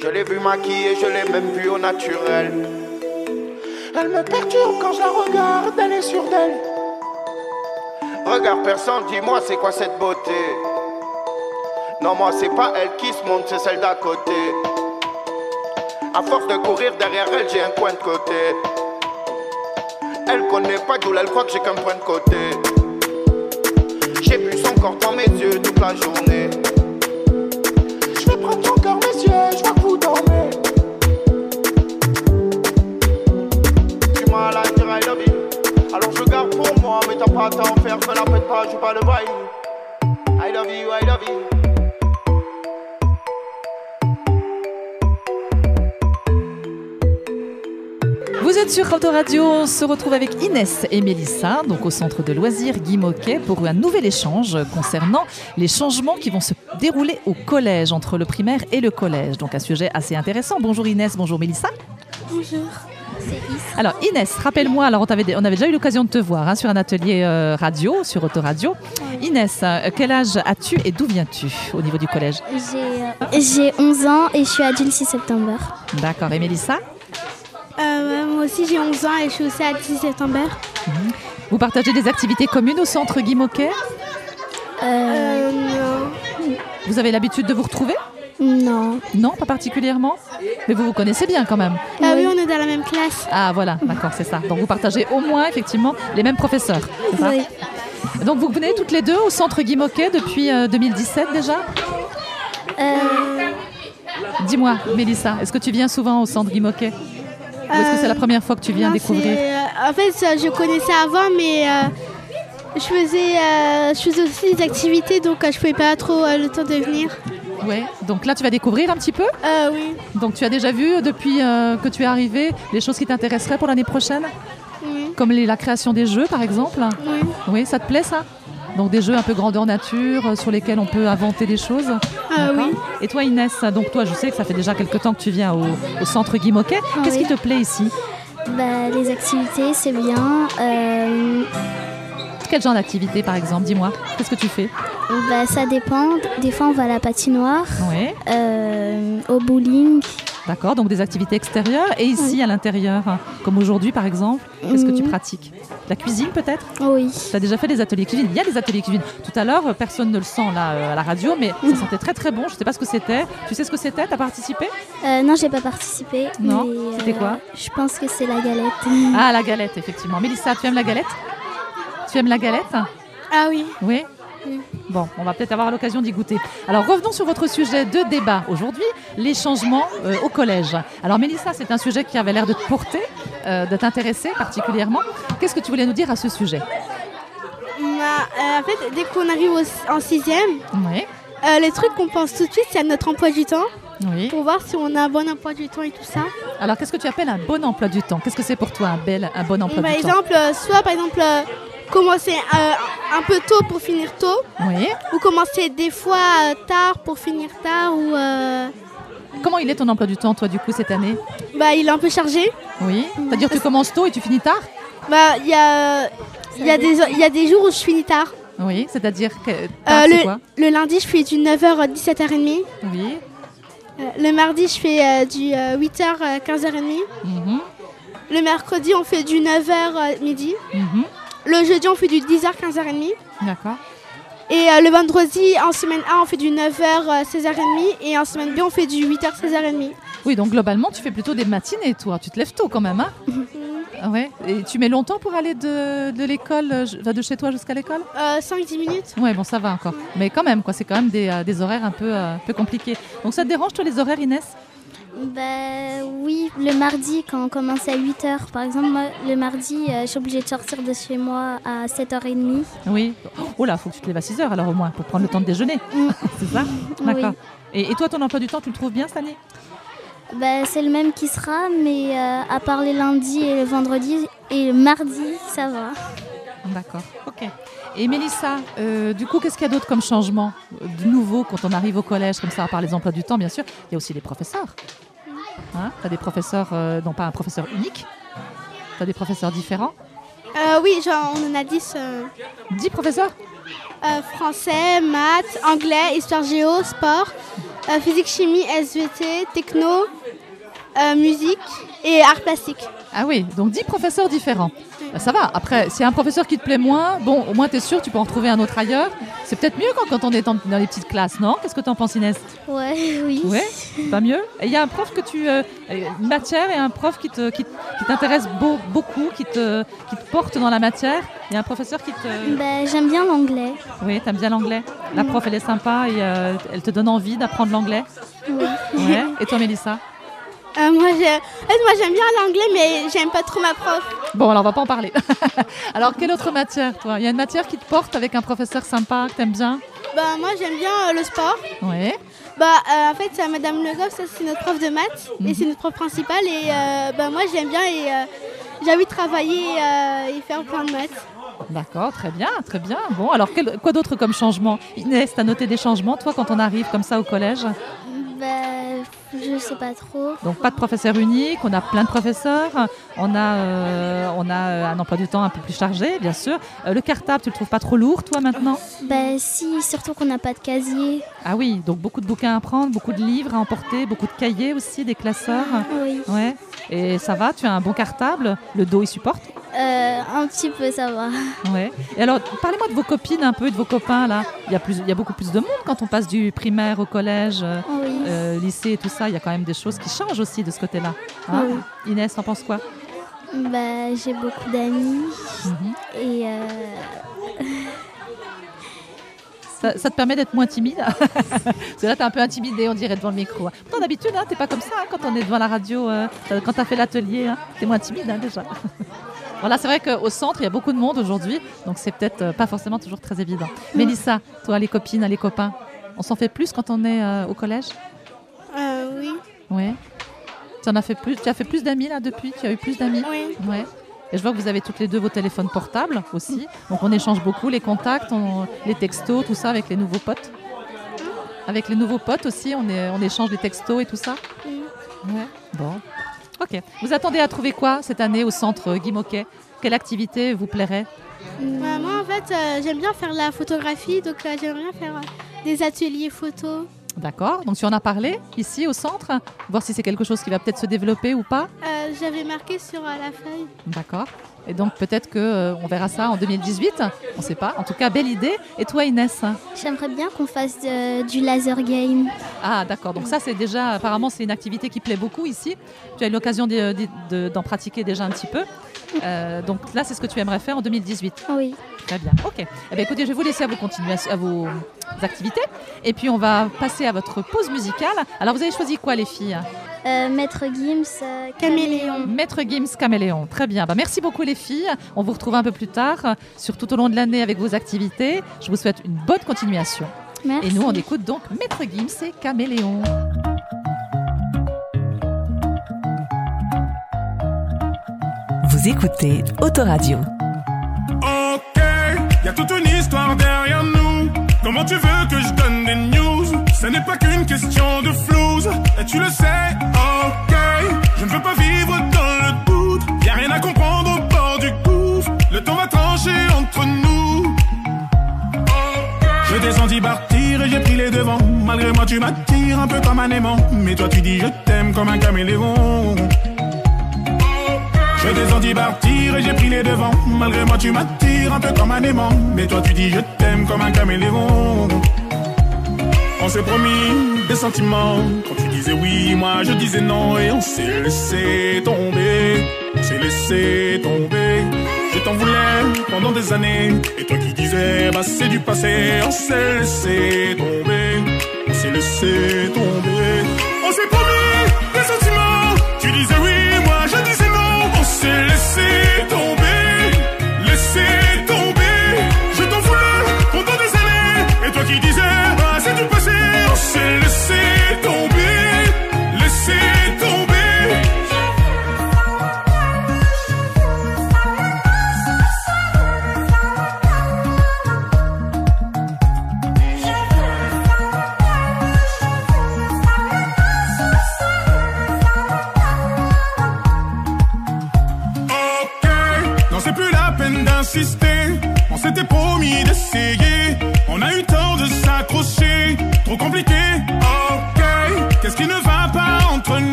A: Je l'ai vu maquillée, je l'ai même vu au naturel. Elle me perturbe quand je la regarde, elle est sûre d'elle. Regarde personne, dis-moi c'est quoi cette beauté. Non, moi c'est pas elle qui se monte, c'est celle d'à côté. À force de courir derrière elle, j'ai un point de côté. Elle connaît pas d'où elle croit que j'ai qu'un point de côté. J'ai vu son corps dans mes yeux toute la journée. Je vais prendre ton cœur, mes yeux, je vois que vous dormez. Tu m'as la dire I love you. Alors je garde pour moi, mais t'as pas à t'en faire, je me la pète pas, je suis pas le bail. I love you, I love you.
C: Vous êtes sur Autoradio, on se retrouve avec Inès et Mélissa, donc au centre de loisirs Guy Moquet, pour un nouvel échange concernant les changements qui vont se dérouler au collège, entre le primaire et le collège. Donc un sujet assez intéressant. Bonjour Inès, bonjour Mélissa.
D: Bonjour, c'est Isra.
C: Alors Inès, rappelle-moi, alors on, t'avait- on avait déjà eu l'occasion de te voir hein, sur un atelier euh, radio, sur Autoradio. Inès, euh, quel âge as-tu et d'où viens-tu au niveau du collège
D: J'ai, euh, j'ai 11 ans et je suis adulte 6 septembre.
C: D'accord, et Mélissa
D: Euh, bah, moi aussi j'ai 11 ans et je suis aussi adulte 6 septembre.
C: Vous partagez des activités communes au centre Guy Moquet
D: Euh,
C: Vous avez l'habitude de vous retrouver
D: non.
C: Non, pas particulièrement. Mais vous vous connaissez bien quand même.
D: Ah oui, on est dans la même classe.
C: Ah voilà, d'accord, c'est ça. Donc vous partagez au moins effectivement les mêmes professeurs. c'est ça
D: Oui.
C: Donc vous venez toutes les deux au centre Guy Moquet depuis euh, 2017 déjà
D: Euh,
C: Dis-moi, Mélissa, est-ce que tu viens souvent au centre Guy Moquet Ou est-ce que c'est la première fois que tu viens
D: Euh, Non,
C: découvrir
D: c'est, euh, en fait, ça, je connaissais avant, mais euh, je, faisais, euh, je faisais aussi des activités, donc euh, je pouvais pas trop euh, le temps de venir.
C: Ouais. Donc là, tu vas découvrir un petit peu
D: Euh, oui.
C: Donc tu as déjà vu euh, depuis euh, que tu es arrivée les choses qui t'intéresseraient pour l'année prochaine
D: Oui.
C: Comme les- la création des jeux par exemple
D: Oui.
C: Oui, ça te plaît ça Donc des jeux un peu grandeur nature euh, sur lesquels on peut inventer des choses.
D: Ah
C: D'accord.
D: oui.
C: Et toi Inès, donc toi je sais que ça fait déjà quelques temps que tu viens au, au centre Guy Moquet. Qu'est-ce
D: Ah oui.
C: qui te plaît ici
D: Bah, les activités, c'est bien. euh,
C: Quel genre d'activité par exemple Dis-moi, qu'est-ce que tu fais
D: bah, ça dépend. Des fois, on va à la patinoire, euh,
C: Oui,
D: au bowling.
C: d'accord, donc des activités extérieures et ici à l'intérieur, hein, comme aujourd'hui par exemple, qu'est-ce que tu
D: Mhm.
C: pratiques La cuisine peut-être
D: Oui.
C: Tu as déjà fait des ateliers cuisine. Il y a des ateliers cuisine. Tout à l'heure, euh, personne ne le sent là euh, à la radio, mais
D: Mm.
C: ça sentait très très bon. Je sais pas ce que c'était. Tu sais ce que c'était T'as participé
D: Euh, non, j'ai pas participé.
C: Non,
D: mais, euh,
C: c'était quoi
D: Je pense que c'est la galette.
C: Ah, la galette, effectivement. Mélissa, tu aimes la galette Tu aimes la galette
D: Ah oui.
C: Oui Bon, on va peut-être avoir l'occasion d'y goûter. Alors revenons sur votre sujet de débat aujourd'hui, les changements euh, au collège. Alors Mélissa, c'est un sujet qui avait l'air de te porter, euh, de t'intéresser particulièrement. Qu'est-ce que tu voulais nous dire à ce sujet
D: euh, en fait, dès qu'on arrive au- en sixième,
C: Oui,
D: euh, le truc qu'on pense tout de suite, c'est à notre emploi du temps
C: oui.
D: pour voir si on a un bon emploi du temps et tout ça.
C: Alors qu'est-ce que tu appelles un bon emploi du temps Qu'est-ce que c'est pour toi un bel, un bon emploi
D: par
C: du temps
D: exemple, euh, soit par exemple euh, commencer euh, un peu tôt pour finir tôt,
C: Oui.
D: ou commencer des fois euh, tard pour finir tard, ou euh,
C: Comment il est ton emploi du temps, toi, du coup, cette année
D: bah il est un peu chargé.
C: Oui. C'est-à-dire que tu commences tôt et tu finis tard
D: Bah il y a euh, il y, a des, il y a des jours où je finis tard.
C: Oui. C'est-à-dire que.
D: Euh,
C: tard, c'est
D: le,
C: quoi
D: le lundi, je fais du 9h à 17h30.
C: Oui.
D: Euh, le mardi, je fais euh, du 8h à 15h30.
C: Mhm,
D: Le mercredi, on fait du 9h midi.
C: mhm.
D: Le jeudi, on fait du 10h 15h30.
C: D'accord.
D: Et euh, le vendredi, en semaine A, on fait du 9h 16h30. Et en semaine B, on fait du 8h 16h30.
C: Oui, donc globalement, tu fais plutôt des matinées, toi. Tu te lèves tôt quand même, hein
D: Mhm.
C: Ah Ouais. Et tu mets longtemps pour aller de, de l'école, euh, je- enfin, de chez toi jusqu'à l'école
D: 5-10 Euh, minutes.
C: Ouais, bon, ça va encore. Mais quand même, quoi. C'est quand même des, euh, des horaires un peu, euh, un peu compliqués. Donc ça te dérange, toi, les horaires, Inès
B: Bah oui, le mardi quand on commence à 8h. Par exemple, moi, le mardi, euh, je suis obligée de sortir de chez moi à 7h30.
C: Oui. Oh là, faut que tu te lèves à 6 heures, alors au moins, pour prendre le temps de déjeuner.
B: Mm.
C: c'est ça D'accord. Et, et toi, ton emploi du temps, tu le trouves bien cette année
B: Bah c'est le même qui sera, mais euh, à part les lundis et le vendredi et le mardi, ça va.
C: D'accord, ok. Et Mélissa, euh, du coup, qu'est-ce qu'il y a d'autre comme changement euh, de nouveau quand on arrive au collège, comme ça, à part les emplois du temps, bien sûr Il y a aussi les professeurs. Hein tu as des professeurs, euh, non pas un professeur unique, tu as des professeurs différents.
D: Euh, oui, genre, on en a 10. euh,
C: 10 professeurs
D: euh, français, maths, anglais, histoire géo, sport, euh, physique, chimie, SVT, techno, euh, musique et art plastique.
C: Ah oui, donc 10 professeurs différents. Bah, ça va. Après, si y a un professeur qui te plaît moins, bon, au moins tu es sûr, tu peux en trouver un autre ailleurs. C'est peut-être mieux quand, quand on est dans, dans les petites classes, non Qu'est-ce que tu en penses, Inès
B: Ouais, oui.
C: Ouais, pas mieux. Et il y a un prof que tu. euh, une matière et un prof qui te- qui, qui t'intéresse beau- beaucoup, qui te, qui te porte dans la matière. Il y a un professeur qui te.
B: Bah, j'aime bien l'anglais. Mm.
C: Oui, t'aimes bien l'anglais. La prof, elle est sympa et euh, elle te donne envie d'apprendre l'anglais.
D: Oui.
C: Ouais. Et toi, Mélissa
D: Euh, moi, j'ai- en fait, moi, j'aime bien l'anglais, mais j'aime pas trop ma prof.
C: Bon, alors on va pas en parler. alors, quelle autre matière, toi Il y a une matière qui te porte avec un professeur sympa que t'aimes bien
D: Bah, moi, j'aime bien euh, le sport.
C: Oui.
D: Bah, euh, en fait, c'est Madame Le Goff, ça, c'est notre prof de maths et c'est notre prof principal. Et euh, bah, moi, j'aime bien et euh, j'ai envie de travailler euh, et faire plein de maths.
C: D'accord, très bien, très bien. Bon, alors quel- quoi d'autre comme changement Inès, t'as noté des changements, toi, quand on arrive comme ça au collège
B: Bah, je sais pas trop.
C: Donc pas de professeur unique, on a plein de professeurs, on a, euh, on a euh, un emploi du temps un peu plus chargé, bien sûr. Euh, le cartable, tu le trouves pas trop lourd, toi, maintenant
B: Bah, si, surtout qu'on n'a pas de casier.
C: Ah oui, donc beaucoup de bouquins à prendre, beaucoup de livres à emporter, beaucoup de cahiers aussi, des classeurs.
B: Oui.
C: Ouais. Et ça va, tu as un bon cartable, le dos il supporte
B: Euh, un petit peu, ça va.
C: Ouais. Et alors, parlez-moi de vos copines un peu, de vos copains là. Il y a plus, il y a beaucoup plus de monde quand on passe du primaire au collège, euh,
B: Oui.
C: euh, lycée et tout ça. Il y a quand même des choses qui changent aussi de ce côté-là. Hein Inès, t'en penses quoi
B: Bah, j'ai beaucoup d'amis. Et euh,
C: ça, ça te permet d'être moins timide Parce que là, t'es un peu intimidé, on dirait devant le micro. Pourtant, d'habitude, hein, t'es pas comme ça hein, quand on est devant la radio, euh, t'as- quand t'as fait l'atelier, hein, t'es moins timide hein, déjà. voilà, c'est vrai qu'au centre, il y a beaucoup de monde aujourd'hui, donc c'est peut-être euh, pas forcément toujours très évident. Mélissa, toi, les copines, les copains, on s'en fait plus quand on est euh, au collège
D: Euh, oui.
C: Ouais. Tu en as fait plus, tu as fait plus d'amis là depuis, tu as eu plus d'amis.
D: Oui.
C: Ouais. Et je vois que vous avez toutes les deux vos téléphones portables aussi. Donc on échange beaucoup les contacts, on- les textos, tout ça avec les nouveaux potes. Avec les nouveaux potes aussi, on, est- on échange les textos et tout ça. Ouais. Bon. Ok. Vous attendez à trouver quoi cette année au centre euh, Guy Moquet Quelle activité vous plairait
D: Bah, moi, en fait, euh, j'aime bien faire la photographie, donc euh, j'aime bien faire euh, des ateliers photo.
C: D'accord. Donc tu en as parlé ici au centre, voir si c'est quelque chose qui va peut-être se développer ou pas.
D: Euh, J'avais marqué sur euh, la feuille.
C: D'accord. Et donc peut-être que euh, on verra ça en 2018. On ne sait pas. En tout cas, belle idée. Et toi, Inès
B: j'aimerais bien qu'on fasse euh, du laser game.
C: Ah, d'accord. Donc ça, c'est déjà apparemment c'est une activité qui plaît beaucoup ici. Tu as eu l'occasion d'y- euh, d'y- de- d'en pratiquer déjà un petit peu. Euh, donc là, c'est ce que tu aimerais faire en 2018.
B: Ah Oui.
C: Très bien. Ok. Eh bien, écoutez, je vais vous laisser à vos continuations, à vos activités. Et puis on va passer à votre pause musicale. Alors vous avez choisi quoi, les filles
B: Euh, Maître Gims, euh,
D: Caméléon.
C: Maître Gims Caméléon. Très bien. Bah, merci beaucoup les filles. On vous retrouve un peu plus tard euh, sur tout au long de l'année avec vos activités. Je vous souhaite une bonne continuation.
B: Merci.
C: Et nous, on écoute donc Maître Gims et Caméléon.
J: Vous écoutez Autoradio.
K: Ok, y a toute une histoire derrière nous. Comment tu veux que je donne des news Ce n'est pas qu'une question de flouze, et tu le sais. Ok, je ne veux pas vivre dans le doute. Y a rien à comprendre au bord du gouffre. Le temps va trancher entre nous.
L: Je descendis partir et j'ai pris les devants. Malgré moi, tu m'attires un peu comme un aimant. Mais toi, tu dis je t'aime comme un caméléon.
K: Je descendis partir et j'ai pris les devants. Malgré moi, tu m'attires un peu comme un aimant. Mais toi, tu dis je t'aime comme un caméléon.
L: On s'est promis des sentiments. Quand tu disais oui, moi je disais non. Et on s'est laissé tomber. On s'est laissé tomber. Je t'en voulais pendant des années. Et toi qui disais, bah c'est du passé. On s'est laissé tomber. On s'est laissé tomber.
K: On s'est promis des sentiments. Tu disais oui, moi je disais non. On s'est laissé tomber, laissé tomber. Je t'en voulais pendant des années. Et toi qui disais, bah c'est du passé. On s'est laissé tomber, laissé tomber.
L: Je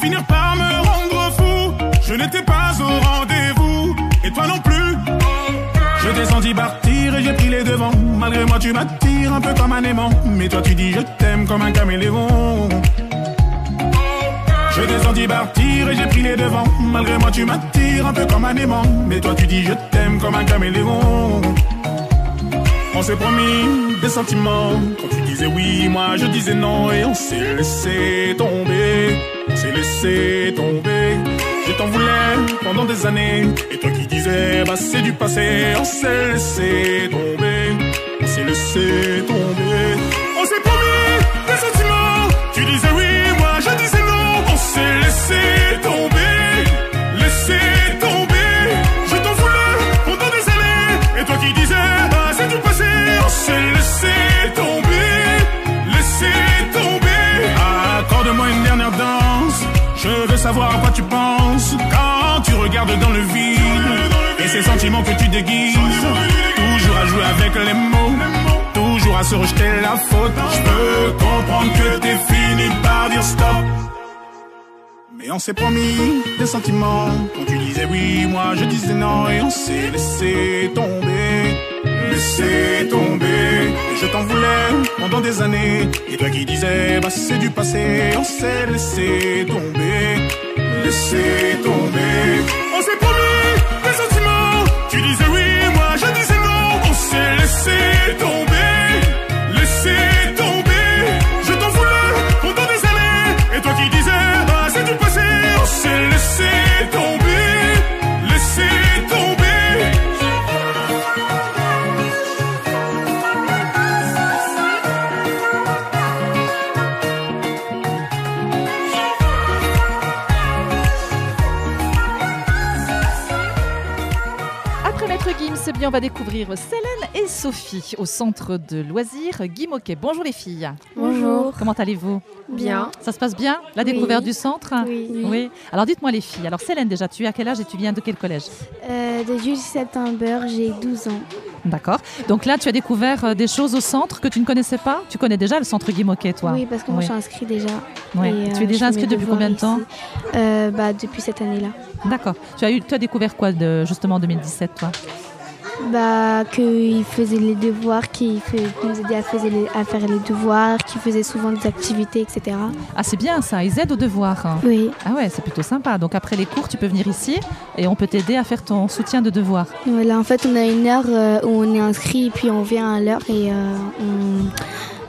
K: finir par me rendre fou. Je n'étais pas au rendez-vous, et toi non plus. Je descendis partir et j'ai pris les devants. Malgré moi, tu m'attires un peu comme un aimant. Mais toi, tu dis je t'aime comme un caméléon. Je descendis partir et j'ai pris les devants. Malgré moi, tu m'attires un peu comme un aimant. Mais toi, tu dis je t'aime comme un caméléon. On s'est promis des sentiments. Quand tu disais oui, moi je disais non. Et on s'est laissé tomber. On s'est laissé tomber. Je t'en voulais pendant des années. Et toi qui disais, bah c'est du passé. On s'est laissé tomber. On s'est laissé tomber. On s'est promis des sentiments. Tu disais oui, moi je disais non. On s'est laissé tomber. Laissé tomber. Je t'en voulais pendant des années. Et toi qui disais, bah c'est du passé. On s'est laissé tomber. Laissé tomber. Accorde-moi une dernière danse. Je veux savoir à quoi tu penses quand tu regardes dans le vide et ces sentiments que tu déguises. Toujours à jouer avec les mots, toujours à se rejeter la faute. Je peux comprendre que t'es fini par dire stop. Mais on s'est promis des sentiments. Quand tu disais oui, moi je disais non et on s'est laissé tomber. Laissé tomber, et je t'en voulais pendant des années. Et toi qui disais, bah c'est du passé, on s'est laissé tomber, laissé tomber. On s'est promis des sentiments, tu disais oui, moi je disais non. On s'est laissé tomber, laissé tomber. Je t'en voulais pendant des années, et toi qui disais, bah c'est du passé, on s'est laissé tomber, laissé tomber.
C: Après Maître Gims, eh bien, on va découvrir Célène et Sophie au centre de loisirs Guy Moquet. Bonjour les filles.
I: Bonjour.
C: Comment allez-vous
I: Bien.
C: Ça se passe bien La
I: Oui.
C: découverte du centre
I: Oui.
C: Alors dites-moi les filles. Alors Célène, déjà, tu es à quel âge et tu viens de quel collège
D: Euh, de Jules September, j'ai 12 ans.
C: D'accord. Donc là, tu as découvert euh, des choses au centre que tu ne connaissais pas Tu connais déjà le centre Guy Moquet, toi
D: Oui, parce que moi je suis inscrite déjà.
C: Ouais.
D: Et,
C: Tu es
D: euh, je fais
C: déjà
D: mes
C: inscrite depuis
D: devoirs
C: combien de temps
D: ici. Euh, bah, Depuis cette année-là.
C: D'accord. Tu as, eu, tu as découvert quoi de, justement en 2017, toi
D: Bah, qu'il faisait les devoirs, qu'il fait- qu'il nous aidait à, faisait les- à faire les devoirs, qu'il faisait souvent des activités, etc.
C: Ah, c'est bien ça, ils aident au devoir. hein.
D: Oui.
C: Ah ouais, c'est plutôt sympa. Donc après les cours, tu peux venir ici et on peut t'aider à faire ton soutien de devoir.
D: Voilà, en fait, on a une heure euh, où on est inscrit et puis on vient à l'heure et euh,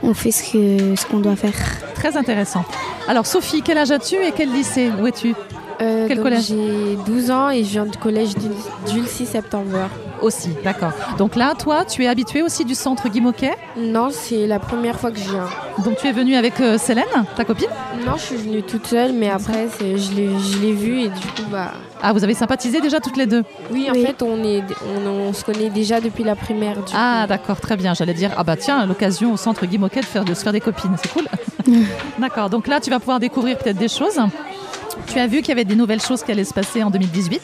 D: on, on fait ce que- ce qu'on doit faire.
C: Très intéressant. Alors Sophie, quel âge as-tu et quel lycée Où es-tu Quel
M: Euh, donc,
C: collège
M: J'ai 12 ans et je viens du collège du, du 6 septembre.
C: Aussi, d'accord. Donc là, toi, tu es habituée aussi du centre Guy Moquet
M: Non, c'est la première fois que je viens. Mm.
C: Donc tu es venue avec euh, Célène, ta copine
M: Non, je suis venue toute seule, mais après, c'est- je l'ai- je l'ai vue et du coup, bah.
C: Ah, vous avez sympathisé déjà toutes les deux
M: Oui, en fait, on, est, on, on se connaît déjà depuis la primaire. Du
C: Ah d'accord, très bien. J'allais dire, ah bah tiens, l'occasion au centre Guy Moquet de, faire, de se faire des copines, c'est cool. d'accord, donc là tu vas pouvoir découvrir peut-être des choses. Tu as vu qu'il y avait des nouvelles choses qui allaient se passer en 2018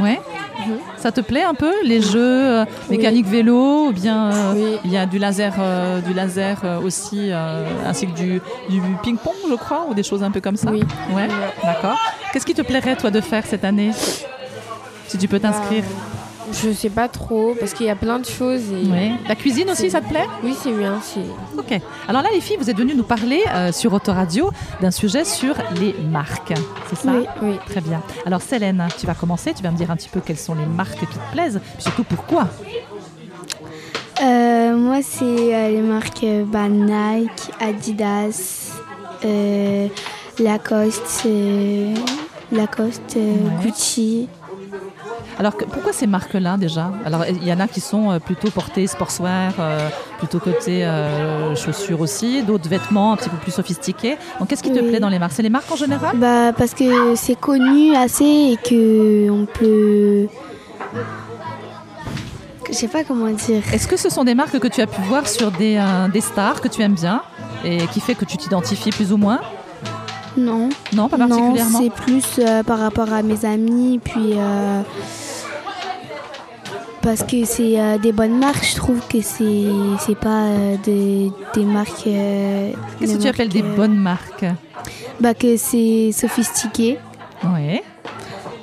C: Ouais Ça te plaît un peu Les jeux euh, mécanique vélo ou bien euh, il y a du laser, euh, du laser euh, aussi, euh, ainsi que du, du ping-pong je crois, ou des choses un peu comme ça Oui. Ouais, d'accord. Qu'est-ce qui te plairait toi de faire cette année Si tu peux
M: Bah,
C: t'inscrire
M: Je sais pas trop, parce qu'il y a plein de choses. Et
C: Ouais. La cuisine aussi,
M: c'est-
C: ça te plaît
M: Oui, c'est bien. c'est-
C: Ok. Alors là, les filles, vous êtes venues nous parler euh, sur Autoradio d'un sujet sur les marques. C'est ça
M: Oui,
C: Très bien. Alors, Célène, tu vas commencer. Tu vas me dire un petit peu quelles sont les marques qui te plaisent, puis surtout pourquoi.
D: Euh, moi, c'est euh, les marques euh, bah, Nike, Adidas, euh, Lacoste, euh, Lacoste, euh, Gucci.
C: Alors, que- pourquoi ces marques-là déjà Alors, il y en a qui sont euh, plutôt portées sportswear, euh, plutôt côté euh, chaussures aussi, d'autres vêtements un petit peu plus sophistiqués. Donc, qu'est-ce qui te
D: Oui.
C: plaît dans les marques C'est les marques en général
D: Bah, parce que c'est connu assez et que on peut. Je sais pas comment dire.
C: Est-ce que ce sont des marques que tu as pu voir sur des, euh, des stars que tu aimes bien et qui fait que tu t'identifies plus ou moins
D: Non.
C: Non, pas
D: Non,
C: particulièrement.
D: c'est plus euh, par rapport à mes amis, puis. euh, parce que c'est euh, des bonnes marques, je trouve que c'est c'est pas euh, des, des marques. euh,
C: Qu'est-ce
D: des
C: que tu
D: marques,
C: appelles des
D: euh,
C: bonnes marques
D: bah, que c'est sophistiqué.
C: Oui.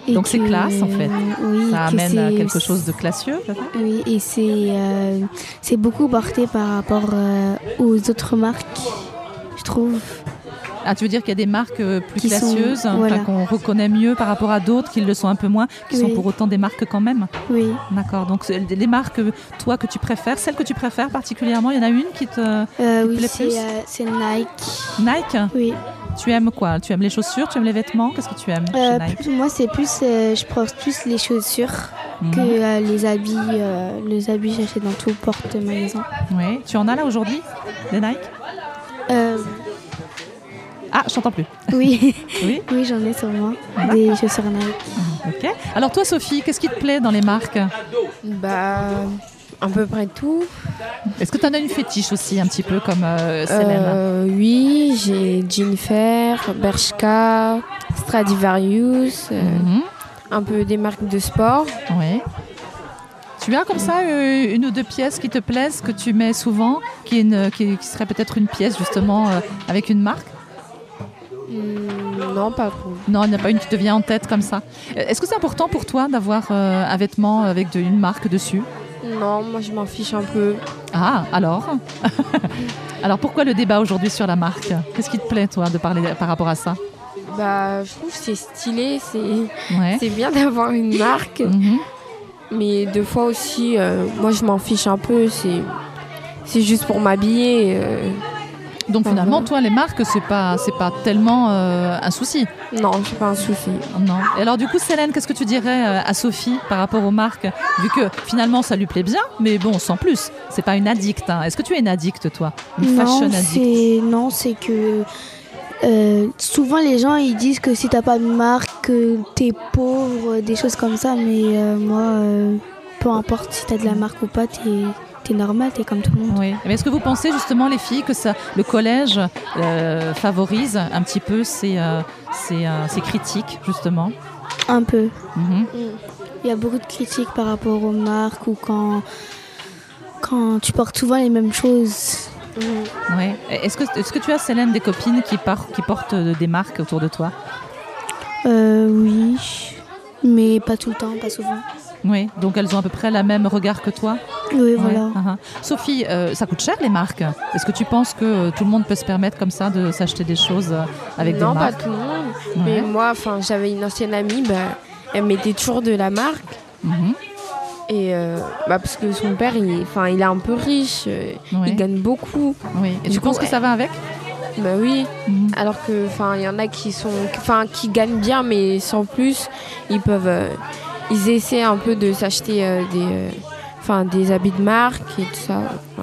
C: Et Donc c'est classe en fait.
D: Oui,
C: ça
D: que
C: amène à
D: c'est-
C: quelque chose de classieux. peut-être
D: Oui, et c'est euh, c'est beaucoup porté par rapport euh, aux autres marques, je trouve.
C: Ah, tu veux dire qu'il y a des marques euh, plus
D: Qui sont-
C: classieuses, enfin,
D: voilà.
C: qu'on reconnaît mieux par rapport à d'autres qui le sont un peu moins, qui sont
D: Oui.
C: pour autant des marques quand même
D: Oui.
C: D'accord. Donc c'est- les marques, euh, toi, que tu préfères, celles que tu préfères particulièrement, il y en a une qui te,
D: Euh,
C: qui te
D: oui,
C: plaît
D: c'est
C: plus
D: euh, c'est Nike.
C: Nike
D: Oui.
C: Tu aimes quoi Tu aimes les chaussures Tu aimes les vêtements Qu'est-ce que tu aimes
D: Euh,
C: chez Nike
D: plus- moi, c'est plus, euh, je porte plus les chaussures
C: Mhm.
D: que euh, les habits. euh, les habits, j'achète dans tout porte-magasin.
C: Oui. Tu en as là aujourd'hui Des Nike
D: Euh,
C: Ah, je t'entends plus.
D: oui,
C: oui,
D: j'en ai sur moi des chaussures Nike.
C: Ok. Alors toi, Sophie, qu'est-ce qui te plaît dans les marques
M: Bah, à peu près tout.
C: Est-ce que tu en as une fétiche aussi, un petit peu comme euh, Célène
M: Euh, oui, j'ai Jennifer, Bershka, Stradivarius, euh,
C: Mhm.
M: un peu des marques de sport.
C: Oui. Tu as comme ça euh, une ou deux pièces qui te plaisent, que tu mets souvent, qui, est une- qui- qui serait peut-être une pièce justement euh, avec une marque
M: Hmm, Non, pas trop.
C: Non, il n'y en a pas une qui te vient en tête comme ça. Euh, Est-ce que c'est important pour toi d'avoir euh, un vêtement avec de- une marque dessus
M: Non, moi je m'en fiche un peu.
C: Ah, alors Alors pourquoi le débat aujourd'hui sur la marque Qu'est-ce qui te plaît toi de parler par rapport à ça
M: Bah, je trouve que c'est stylé, c'est
C: Ouais. Mhm.
M: c'est bien d'avoir une marque. Mais deux fois aussi, euh, moi je m'en fiche un peu, c'est c'est juste pour m'habiller. euh.
C: Donc
M: Enfin,
C: finalement,
M: voilà.
C: toi, les marques, c'est pas, c'est pas tellement euh, un souci.
M: Non, c'est pas un souci.
C: Non. Et alors du coup, Célène, qu'est-ce que tu dirais euh, à Sophie par rapport aux marques, vu que finalement ça lui plaît bien, mais bon, sans plus. C'est pas une addict. hein. Est-ce que tu es une addict, toi, une fashion
D: Non,
C: addict
D: c'est non, c'est que euh, souvent les gens ils disent que si t'as pas de marque, que t'es pauvre, euh, des choses comme ça. Mais euh, moi, euh, peu importe si t'as de la marque ou pas, t'es t'es normal, t'es comme tout le monde.
C: Oui. Mais Eh est-ce que vous pensez justement, les filles, que ça, le collège euh, favorise un petit peu ces, euh, ces, euh, ces critiques, justement
D: Un peu. Mm.
C: Mhm.
D: Il y a beaucoup de critiques par rapport aux marques ou quand quand tu portes souvent les mêmes choses.
C: Mhm. Ouais. Est-ce que, est-ce que tu as, Célène, des copines qui, par- qui portent euh, des marques autour de toi
D: Euh, oui, mais pas tout le temps, pas souvent.
C: Oui, donc elles ont à peu près la même regard que toi.
D: Oui, voilà.
C: ah, ah. Sophie, euh, ça coûte cher les marques. Est-ce que tu penses que euh, tout le monde peut se permettre comme ça de s'acheter des choses euh, avec
M: non,
C: des
M: pas
C: marques
M: tout le monde.
C: Ouais.
M: Mais moi, enfin, j'avais une ancienne amie, bah, elle mettait toujours de la marque.
C: Mhm.
M: Et euh, bah, parce que son père, il, est- enfin, il est un peu riche, euh,
C: Ouais.
M: il gagne beaucoup.
C: Oui. Et tu penses que ça va avec Mhm.
M: Bah oui. Alors que, enfin, il y en a qui sont, enfin, qui gagnent bien, mais sans plus, ils peuvent, euh, ils essaient un peu de s'acheter euh, des, euh, enfin, des habits de marque et tout ça.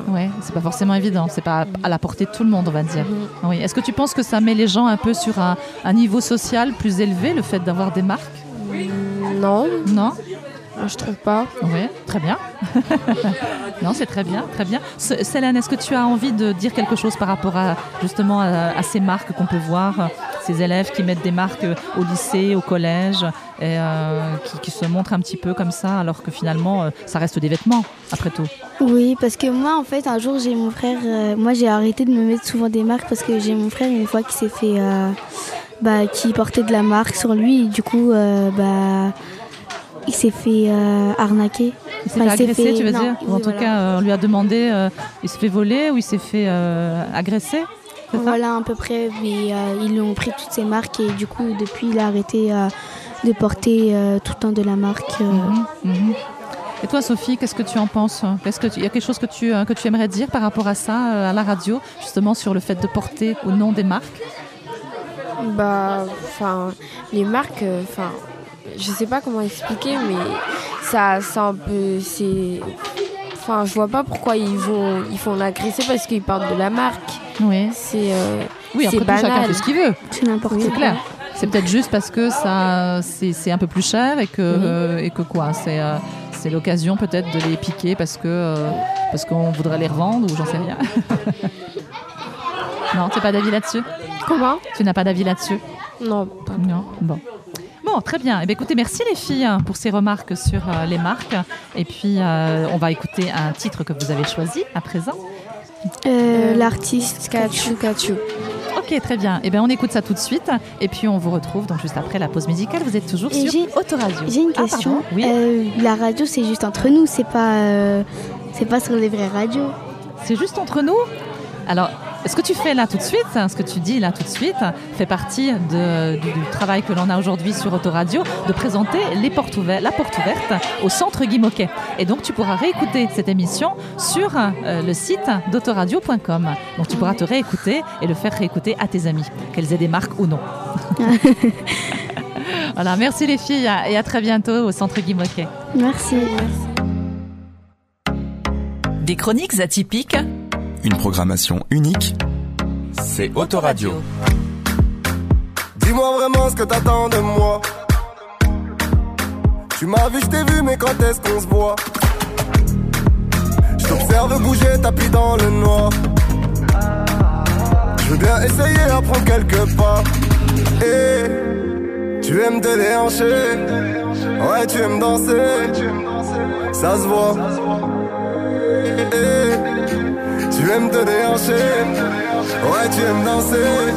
C: Ouais, c'est pas forcément évident, c'est pas à la portée de tout le monde, on va dire.
M: Mm-hmm.
C: Oui. Est-ce que tu penses que ça met les gens un peu sur un, un niveau social plus élevé, le fait d'avoir des marques
M: Non.
C: Non
M: Je trouve pas.
C: Oui, très bien. non, c'est très bien, très bien. Ce- Célène, est-ce que tu as envie de dire quelque chose par rapport à justement à, à ces marques qu'on peut voir, euh, ces élèves qui mettent des marques euh, au lycée, au collège, et euh, qui, qui se montrent un petit peu comme ça, alors que finalement, euh, ça reste des vêtements, après tout.
D: Oui, parce que moi, en fait, un jour, j'ai mon frère. euh, moi, j'ai arrêté de me mettre souvent des marques parce que j'ai mon frère une fois qui s'est fait. euh, bah, qui portait de la marque sur lui. Et du coup, euh, bah. Il s'est fait euh, arnaquer.
C: Il s'est
D: Enfin,
C: fait agresser, tu veux
D: non,
C: dire Ou en
D: oui,
C: tout
D: voilà.
C: cas, euh, on lui a demandé, euh, il s'est fait voler ou il s'est fait euh, agresser
D: Voilà, à peu près. Mais euh, ils lui ont pris toutes ses marques et du coup, depuis, il a arrêté euh, de porter euh, tout le temps de la marque. euh.
C: Mhm. Et toi, Sophie, qu'est-ce que tu en penses Est-ce que tu- il y a quelque chose que tu, euh, que tu aimerais dire par rapport à ça euh, à la radio, justement sur le fait de porter au nom des marques
M: Bah, enfin, les marques, euh, enfin, je sais pas comment expliquer, mais ça, ça un peu, c'est, enfin, je vois pas pourquoi ils vont, ils font l'agresser parce qu'ils parlent de la marque.
C: Oui.
M: C'est, euh,
C: Oui, après
M: c'est
C: tout,
M: banal.
C: chacun fait ce qu'il veut.
D: C'est n'importe
C: C'est
M: quoi.
C: clair. C'est peut-être juste parce que ça, c'est c'est un peu plus cher et que, euh, et que quoi C'est euh, c'est l'occasion peut-être de les piquer parce que euh, parce qu'on voudrait les revendre ou j'en sais rien. non, tu n'as pas d'avis là-dessus
M: Comment
C: Tu n'as pas d'avis là-dessus
M: Non.
C: Non. Bon. Bon, très bien. Eh bien, écoutez, merci les filles hein, pour ces remarques sur euh, les marques. Et puis, euh, on va écouter un titre que vous avez choisi à présent.
D: Euh, L'artiste
M: Kachu Kachu.
C: Ok, Ok, très bien. Eh bien, on écoute ça tout de suite. Et puis, on vous retrouve donc juste après la pause musicale. Vous êtes toujours
D: Et
C: sur
D: j'ai-
C: Autoradio.
D: J'ai une
C: Ah,
D: question.
C: pardon, oui.
D: Euh, la radio, c'est juste entre nous, c'est pas, euh, c'est pas sur les vraies radios.
C: C'est juste entre nous Alors, ce que tu fais là tout de suite, hein, ce que tu dis là tout de suite, fait partie de- du, du travail que l'on a aujourd'hui sur Autoradio, de présenter les portes ouver- la porte ouverte au centre Guy Moquet. Et donc, tu pourras réécouter cette émission sur euh, le site d'autoradio.com. Donc, tu pourras te réécouter et le faire réécouter à tes amis, qu'elles aient des marques ou non. voilà, merci les filles et à très bientôt au centre Guy Moquet.
D: Merci.
N: Des chroniques atypiques,
O: Une programmation unique, c'est Autoradio.
P: Dis-moi vraiment ce que t'attends de moi. Tu m'as vu, je t'ai vu, mais quand est-ce qu'on se voit Je t'observe bouger, tapis dans le noir. Je veux bien essayer à prendre quelques pas. Et tu aimes te déhancher. Ouais, tu aimes danser. Ça se voit. Eh, Tu aimes te déhancher. Ouais, tu aimes danser.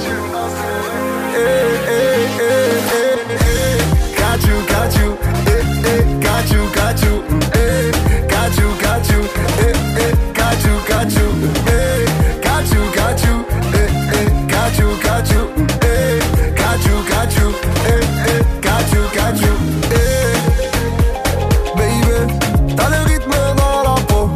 P: Got you, got you, eh, eh, got you, got you, mm, eh, got you, got you, eh, eh, got you, got you, mm, eh, got you, got you, eh, eh, got you, got you, mm, eh, got you, got you, eh, eh, got you, got you, eh. Baby, t'as le rythme dans la peau,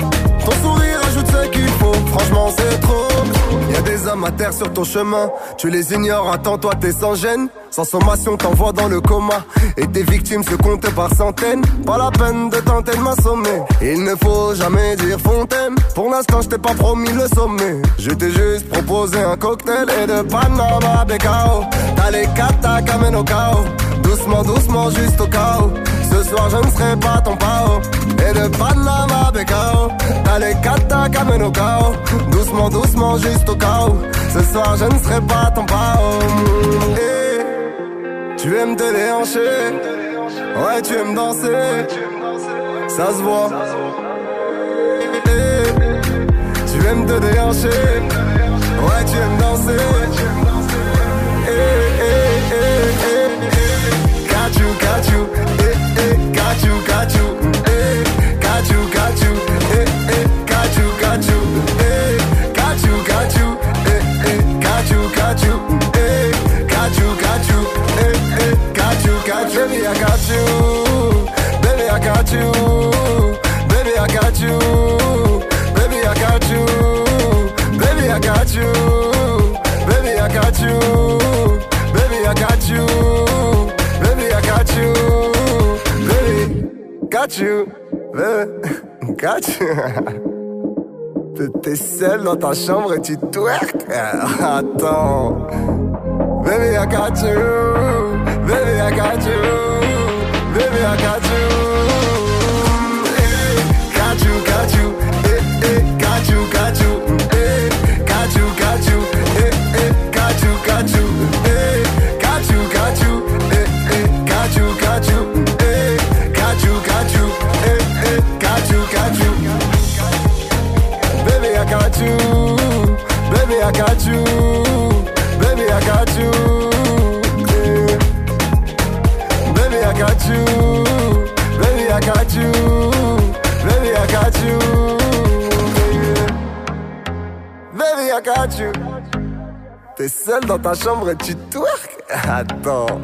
P: ton sourire ajoute ce qu'il faut, franchement c'est trop. Y'a des hommes à terre sur ton chemin, tu les ignores, attends-toi, t'es sans gêne. Sans sommation, t'envoies dans le coma. Et tes victimes se comptent par centaines. Pas la peine de tenter de m'assommer. Il ne faut jamais dire fontaine. Pour l'instant, je t'ai pas promis le sommet. Je t'ai juste proposé un cocktail et de Panama Becao. T'as les kata Kamen au chaos. Doucement, doucement, juste au chaos. Ce soir, je ne serai pas ton pao. Et de Panama Becao. T'as les kata Kamen au chaos. Doucement, doucement, juste au chaos. Ce soir, je ne serai pas ton pao. Mm, eh. Tu aimes te déhancher, ouais tu aimes danser, ça se voit. Eh, Tu aimes te déhancher, ouais tu aimes danser. Eh, eh, eh, eh, eh. Got you, got you, eh, eh, got you, got you, mm, eh, got you, got you, eh, eh, got you, got you, eh, got you, got you, eh, eh, got you, got you, mm, eh, got you, got you, eh, eh, got you, got you, baby, I got you, baby, I got you, baby, I got you, baby, I got you, baby, I got you, baby, I got you, baby, I got you, baby, I got you, baby, got you, baby, got you. T'es seul dans ta chambre et tu twerk Attends Baby, I got you. Baby, I got you. Baby, I got you. Eh, Got you, got you. Eh, eh, got you, got you. Eh, got you, got you. Eh, eh, got you, got you. Eh, got you, got you. Eh, eh, got you, got you. Eh, got you, got you. Eh, eh, got you, got you. Baby, I got you. Baby, I got you. Baby, I got you. Yeah. Baby, I got you. Baby, I got you. Baby, I got you. Yeah. Baby, I got you. T'es seul dans ta chambre et tu twerk. Attends.